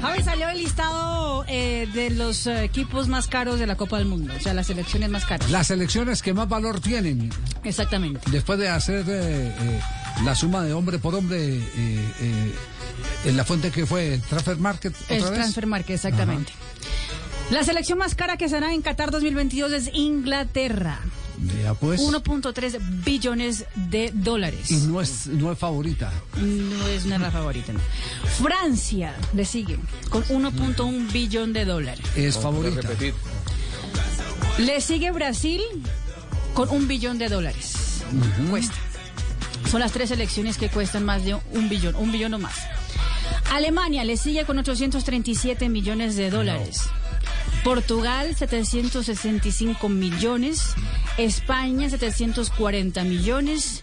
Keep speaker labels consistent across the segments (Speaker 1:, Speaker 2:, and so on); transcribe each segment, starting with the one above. Speaker 1: Javi salió el listado eh, de los eh, equipos más caros de la Copa del Mundo, o sea, las selecciones más caras.
Speaker 2: Las elecciones que más valor tienen,
Speaker 1: Exactamente.
Speaker 2: después de hacer eh, eh, la suma de hombre por hombre eh, eh, en la fuente que fue Transfer Market.
Speaker 1: El
Speaker 2: otra vez.
Speaker 1: transfer market, exactamente. La selección más cara que será en Qatar 2022 es Inglaterra.
Speaker 2: Vea, pues,
Speaker 1: 1.3 billones de dólares.
Speaker 2: y no es, no es favorita.
Speaker 1: No es una de las favoritas. no. Francia le sigue con 1.1 billón de dólares.
Speaker 2: Es favorita.
Speaker 1: Le sigue Brasil con un billón de dólares. Cuesta. Son las tres elecciones que cuestan más de un billón, un billón o más. Alemania le sigue con 837 millones de dólares. Portugal 765 millones, España 740 millones,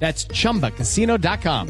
Speaker 3: That's chumbacasino.com.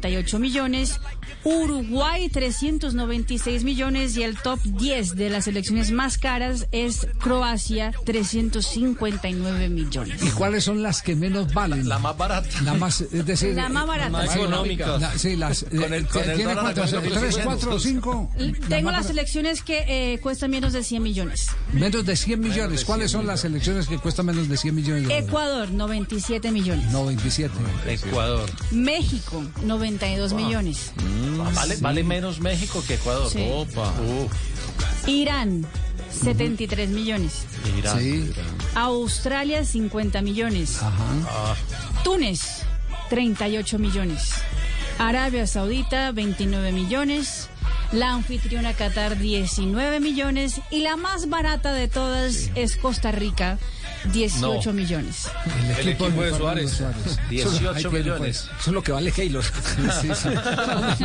Speaker 1: 38 millones, Uruguay 396 millones y el top 10 de las elecciones más caras es Croacia 359 millones.
Speaker 2: ¿Y cuáles son las que menos valen? La más barata. La más, es decir,
Speaker 1: La más barata. La más
Speaker 2: económica. sí, las. Con el, ¿Tiene cuántas? ¿Tres, cuatro, cinco?
Speaker 1: Tengo
Speaker 2: más
Speaker 1: las elecciones que eh, cuestan menos de 100 millones.
Speaker 2: Menos de 100 millones. ¿Cuáles son las elecciones que cuestan menos de 100 millones de dólares?
Speaker 1: Ecuador 97 millones.
Speaker 2: No, 27.
Speaker 4: Ecuador.
Speaker 1: México 92 millones.
Speaker 4: Mm, Vale, vale menos México que Ecuador.
Speaker 1: Sí.
Speaker 4: Opa.
Speaker 1: Irán 73 millones.
Speaker 4: Irán.
Speaker 2: Sí.
Speaker 1: Australia 50 millones. Túnez 38 millones. Arabia Saudita 29 millones. La anfitriona Qatar 19 millones. Y la más barata de todas es Costa Rica 18
Speaker 4: No.
Speaker 1: millones.
Speaker 2: El equipo,
Speaker 4: equipo de
Speaker 2: Juan Manuel
Speaker 4: Suárez. 18
Speaker 2: Ahí tiene,
Speaker 4: millones.
Speaker 2: pues. Eso es lo que vale Keylor. Sí, sí.